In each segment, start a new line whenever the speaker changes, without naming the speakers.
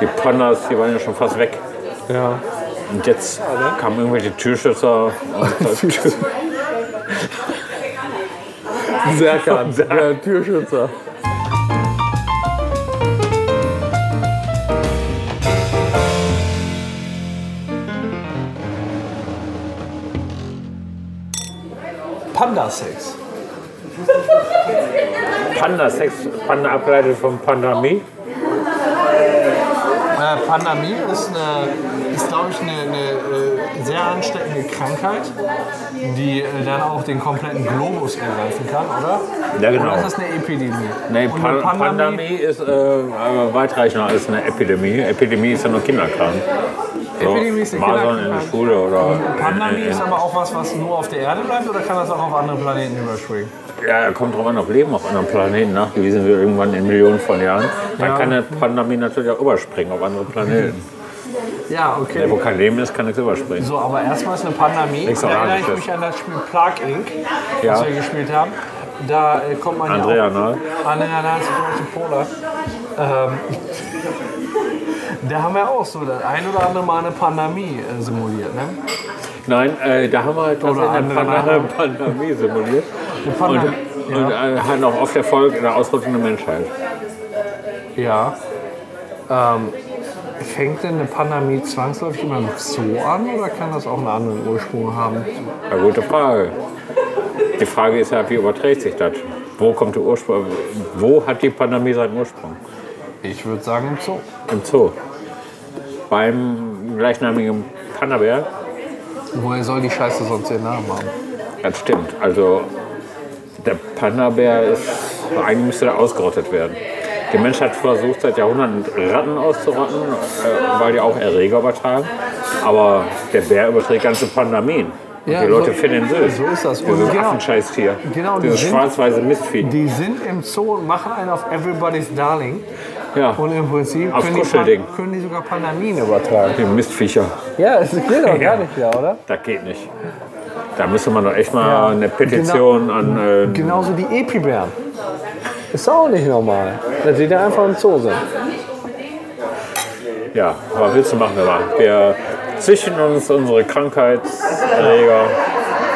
Die Pandas, die waren ja schon fast weg.
Ja. ne?
Und jetzt kamen irgendwelche Türschützer und
Serkan, der Türschützer. Panda-Sex.
Panda-Sex, Panda abgeleitet von Pandemie.
Äh, Pandemie ist, eine- ist glaube ich, eine, eine äh, sehr ansteckende Krankheit, die äh, dann auch den kompletten Globus ergreifen kann, oder?
Ja, genau.
Oder ist das eine Epidemie?
Nee,
Und
Pan
eine
Pandemie ist äh, aber weitreichender als eine Epidemie. Epidemie ist ja nur Kinderkrank. So,
Epidemie ist eine
Masern in der
Kinderkrankheit.
Schule oder.
Pandemie
in, in,
ist aber auch was, was nur auf der Erde bleibt oder kann das auch auf andere Planeten überspringen?
Ja, kommt drauf an, ob Leben auf anderen Planeten ne? nachgewiesen wird, irgendwann in Millionen von Jahren. Dann
Ja.
kann eine Pandemie natürlich auch überspringen auf andere Planeten.
Ja, okay.
Wo kein Leben ist, kann nichts überspringen.
So, aber erstmal ist eine Pandemie.
Nichts
Da erinnere ich
Organisches.
mich an das Spiel Plague Inc.,
Ja.
das wir gespielt haben. Da äh, kommt man ja
Andrea,
auch,
ne?
Andrea Nahles und Pola. Ähm, da haben wir auch so das ein oder andere Mal eine Pandemie äh, simuliert. Ne?
Nein, äh, da haben wir halt tatsächlich
Oder
eine
andere
Pandemie, Pandemie simuliert.
Eine
Und,
Pandemie.
und äh, hatten auch oft Erfolg in der Ausrottung der Menschheit.
Ja. Ähm, fängt denn eine Pandemie zwangsläufig immer im Zoo an oder kann das auch einen anderen Ursprung haben?
Ja, gute Frage. Die Frage ist ja, wie überträgt sich das? Wo kommt der Ursprung? Wo hat die Pandemie seinen Ursprung?
Ich würde sagen im Zoo.
Im Zoo. Beim gleichnamigen Panda-Bär.
Woher soll die Scheiße sonst ihren Namen haben?
Das stimmt. Also der Panda-Bär ist, eigentlich müsste der ausgerottet werden. Die Menschheit versucht seit Jahrhunderten Ratten auszurotten, äh, weil die auch Erreger übertragen. Aber der Bär überträgt ganze Pandemien. Und
Ja,
die Leute
so-
finden ihn süß.
so ist das. Und
Dieses
genau-
Affenscheißtier.
genau, die
dieses
sind-
schwarz-weiße Mistvieh.
Die sind im Zoo und machen einen auf Everybody's Darling.
ja.
Und im Prinzip
Aufs
können die,
Kuschelding.
Pan- können die sogar Pandemien übertragen.
Die Mistviecher.
Ja, es geht doch gar nicht mehr, oder?
Das geht nicht. Da müsste man doch echt mal
Ja. Genau.
eine Petition an. Äh,
Genauso die Epibären. Ist auch nicht normal, dass die da einfach im Zoo sind.
ja, was willst du machen? Wir, machen. wir zischen uns unsere Krankheitserreger.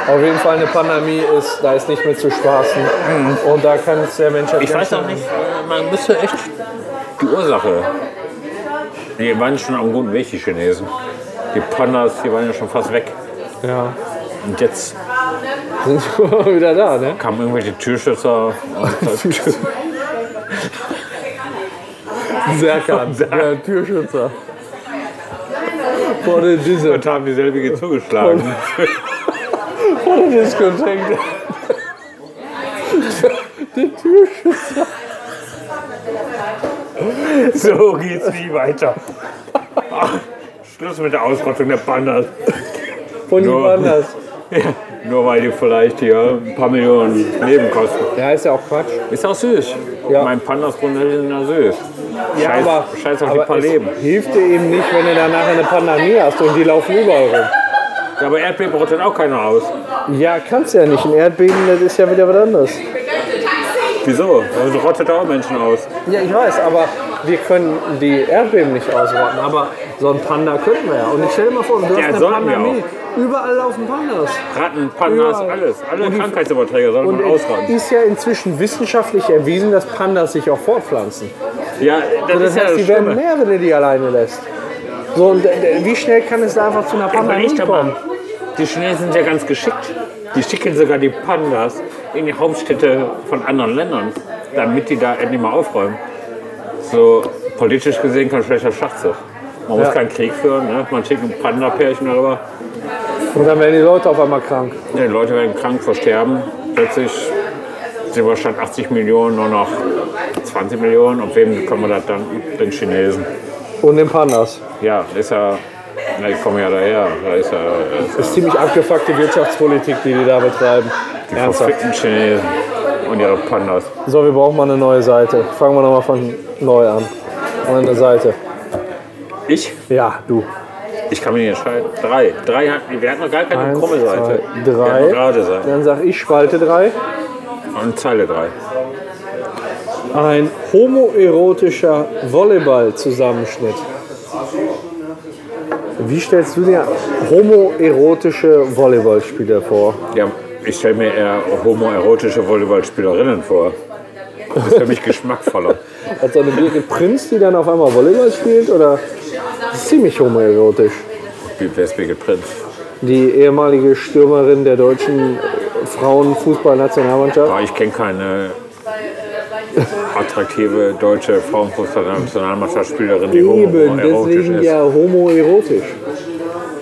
Auf jeden Fall eine Pandemie ist, da ist nicht mehr zu spaßen. Und da kann es der Mensch
Mhm. Ich weiß auch nicht, äh, man müsste echt die Ursache. Die waren schon am guten Weg, die Chinesen. Die Pandas, die waren ja schon fast weg.
Ja.
Und jetzt
Sind wir wieder da, ne?
kamen irgendwelche Türschützer. Und
Serkan, der Türschützer. Vor der Disse.
und haben dieselbige zugeschlagen.
Vor der Diskothek. Der Türschützer.
So geht's nie weiter. Ach, Schluss mit der Ausrottung der Pandas.
Von jemand
Ja.
anders.
Ja, nur weil die vielleicht hier ein paar Millionen Leben kosten.
Der heißt ja auch Quatsch.
Ist auch süß.
Ja.
Mein Pandas grundsätzlich sind ja süß. scheiß, scheiß auf die
aber
paar
es
Leben.
hilft dir eben nicht, wenn du danach eine Pandemie hast und die laufen überall
Ja, aber Erdbeben rottet auch keiner aus.
rum. Ja, kannst ja nicht. Ein Erdbeben, das ist ja wieder was anderes.
Wieso? Also rottet auch Menschen aus.
Ja, ich weiß, aber wir können die Erdbeben nicht ausrotten. Aber so ein Panda könnten wir ja. Und ich stell dir mal vor, du hast
Ja,
eine
sollten wir
Pandemie. Überall laufen Pandas.
Ratten, Pandas,
Überall.
alles. Alle
Und die-
Krankheitsüberträger sollte
Und
man ausrotten.
ist ja inzwischen wissenschaftlich erwiesen, dass Pandas sich auch fortpflanzen.
Ja, das,
Das
ist ja
heißt,
das
die werden
Schlimme.
mehr, wenn du die alleine lässt. So, und äh, wie schnell kann es da einfach zu einer Pandemie
Überleg doch
kommen?
mal. Die Chinesen sind ja ganz geschickt. Die schicken sogar die Pandas in die Hauptstädte von anderen Ländern, damit die da endlich mal aufräumen. So politisch gesehen kein schlechter Schachzug. Man
Ja.
muss keinen Krieg führen, ne? man schickt ein Panda-Pärchen darüber.
Und dann werden die Leute auf einmal krank.
Die Leute werden krank, versterben. Plötzlich sind wir statt 80 Millionen nur noch 20 Millionen. Und wem können wir das danken? Den Chinesen.
Und den Pandas.
Ja, ist ja. Na, ich komme ja daher. Da ist ja. äh,
Das ist ziemlich abgefuckte Wirtschaftspolitik, die die da betreiben.
Die
Ernsthaft.
verfickten Chinesen und ihre Pandas.
So, wir brauchen mal eine neue Seite. Fangen wir nochmal von neu an. Und eine Seite.
Ich?
Ja, du.
Ich kann mich nicht entscheiden. Drei. Drei hatten, wir hatten noch gar keine
Eins,
krumme Seite.
zwei,
Wir hatten
drei.
nur gerade Seite.
Dann sag ich Spalte 3.
Und Zeile drei.
Ein homoerotischer Volleyball-Zusammenschnitt.
Wie stellst du dir homoerotische Volleyballspieler vor?
Ja, ich stelle mir eher homoerotische Volleyballspielerinnen vor. Das ist für mich geschmackvoller.
Als so eine Birgit Prinz, die dann auf einmal Volleyball spielt? Oder Das ist ziemlich homoerotisch?
Wie Wer ist Birgit Prinz?
Die ehemalige Stürmerin der deutschen Frauenfußballnationalmannschaft.
Ah, ich kenne keine attraktive deutsche Frauenfußball-Nationalmannschaftsspielerin, die
Eben,
homoerotisch
deswegen
ist.
ja homoerotisch.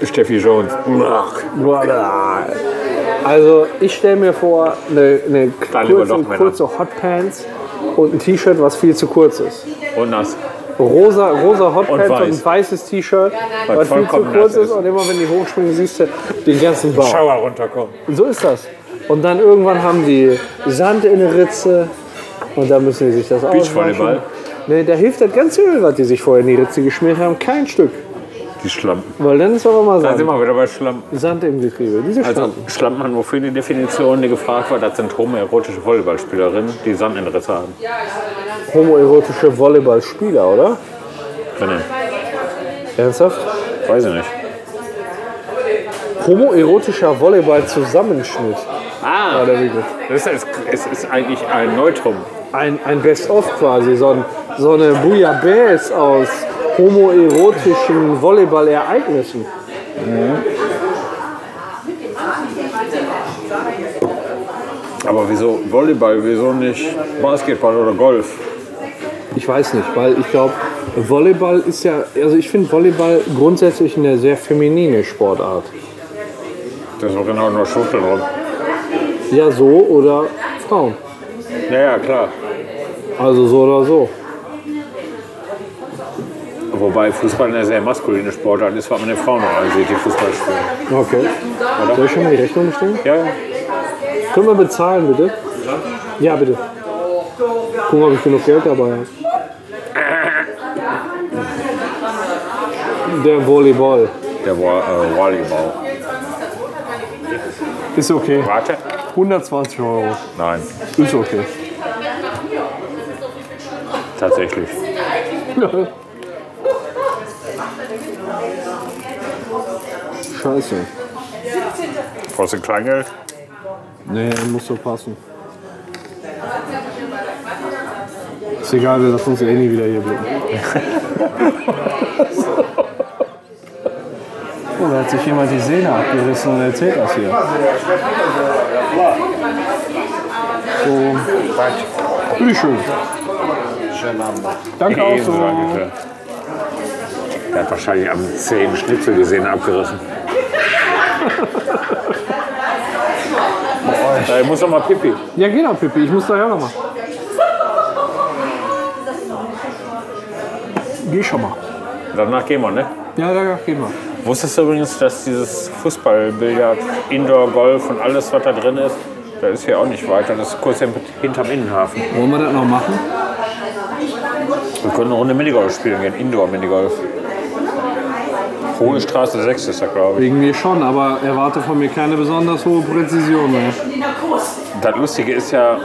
Steffi Jones. Uah.
Voila. Ah. Also ich stelle mir vor, eine, eine
Kleine
kurze,
Überlochmänner.
kurze Hotpants und ein T-Shirt, was viel zu kurz ist.
Und nass.
Rosa, rosa Hotpants und,
weiß.
ein weißes T-shirt,
Was
was viel zu
vollkommen
kurz
nass
ist
ist.
und immer wenn die hochspringen, siehst du den ganzen Bauch.
Schauer runterkommen.
Und so ist das. Und dann irgendwann haben die Sand in der Ritze und dann müssen die sich das auswaschen.
Beachvolleyball.
Nee, da hilft das ganze Öl, was die sich vorher in die Ritze geschmiert haben, kein Stück.
Die Schlampen.
Weil dann ist aber mal
Da sind
Sand,
wir wieder bei Schlampen.
Sand im Getriebe. Diese
Also
Schlampen.
Schlampen hat wofür die Definition, die gefragt war, das sind homoerotische Volleyballspielerinnen, die Sandinteresse haben.
homoerotische Volleyballspieler, oder?
Drinnen.
Ernsthaft?
Äh, Weiß ich nicht.
Homoerotischer Volleyball-Zusammenschnitt war
Ah,
der Begriff.
das ist, es ist eigentlich ein Neutrum.
Ein, ein Best-of quasi, so, ein, so eine Bouillabaisse aus homoerotischen Volleyball-Ereignissen.
Aber wieso Volleyball, wieso nicht Basketball oder Golf?
Ich weiß nicht, weil ich glaube, Volleyball ist ja, also ich finde Volleyball grundsätzlich eine sehr feminine Sportart.
Das ist doch genau nur Schufteln rum.
Ja, so oder Frauen.
Ja, ja, klar.
Also so oder so.
Wobei Fußball eine sehr maskuline Sportart ist, was man den Frauen noch ansieht, die Fußball spielen.
Okay. Soll ich schon mal die Rechnung bestellen?
Ja, ja.
Können wir bezahlen, bitte? Ja, bitte. Gucken, ob ich genug Geld dabei habe. Der Volleyball.
Der war äh, Volleyball.
Ist okay.
Warte.
120 Euro.
Nein,
Ist okay.
tatsächlich.
Scheiße.
Brauchst du Kleingeld?
Nee, muss so passen. Ist egal, wir lassen uns eh nie wieder hier blicken. oh, da hat sich jemand die Sehne abgerissen und erzählt das hier. So. Bitteschön. Danke auch so.
danke schön. Der hat wahrscheinlich am Zehen Schnitzel gesehen abgerissen. Äh, Ich muss noch mal Pipi.
Ja, geh doch, Pippi, ich muss daher nochmal. Geh schon mal.
Danach gehen wir, ne?
Ja, ja, ja, geh mal.
Wusstest du übrigens, dass dieses Fußballbillard, Indoor-Golf und alles, was da drin ist, da ist hier auch nicht weiter. Das ist kurz hint- hinterm Innenhafen.
Wollen wir das noch machen?
Wir können eine Runde Minigolf spielen gehen, Indoor-Minigolf. Hohe Straße 6 ist da, glaube ich.
Wegen mir schon, aber erwarte von mir keine besonders hohe Präzision mehr.
Das Lustige ist ja,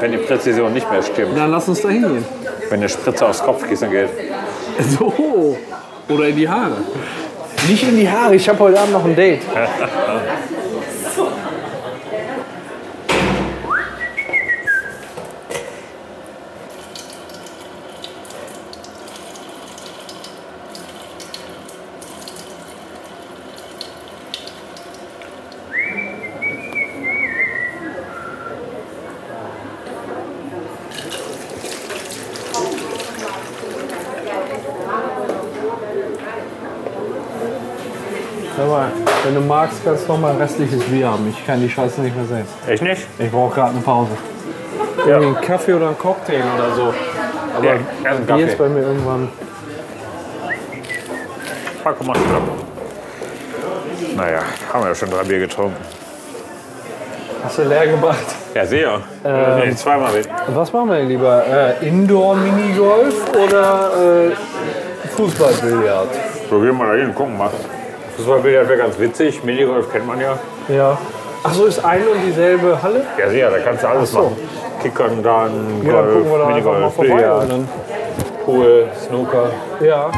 wenn die Präzision nicht mehr stimmt,
Dann lass uns da hingehen.
wenn der Spritzer aufs Kopfkissen geht.
So. Oder in die Haare. Nicht in die Haare, ich habe heute Abend noch ein Date. Hör mal, wenn du magst, kannst du noch mal restliches Bier haben. Ich kann die Scheiße nicht mehr sehen.
Echt nicht?
Ich brauche gerade eine Pause. Ja. Einen Kaffee oder einen Cocktail oder so.
Ja, erst einen
Hier ist
Kaffee.
bei mir irgendwann.
Pack mal Naja, haben wir ja schon drei Bier getrunken.
Hast du leer gemacht?
Ja, sehe. Ähm, nee, zweimal mit.
Was machen wir denn lieber? Äh, Indoor-Minigolf oder äh, Fußballbillard?
So, gehen wir mal da hin, gucken mal. Fußballbillard wäre ganz witzig. Minigolf kennt man ja.
Ja. Ach so, ist eine und dieselbe Halle?
Ja, sicher, da kannst du alles
so.
machen. Kickern, dann,
Ja, dann
Golf,
gucken wir da einfach mal
Minigolf,
vorbei.
Billard,
Und dann,
Pool, Snooker.
ja,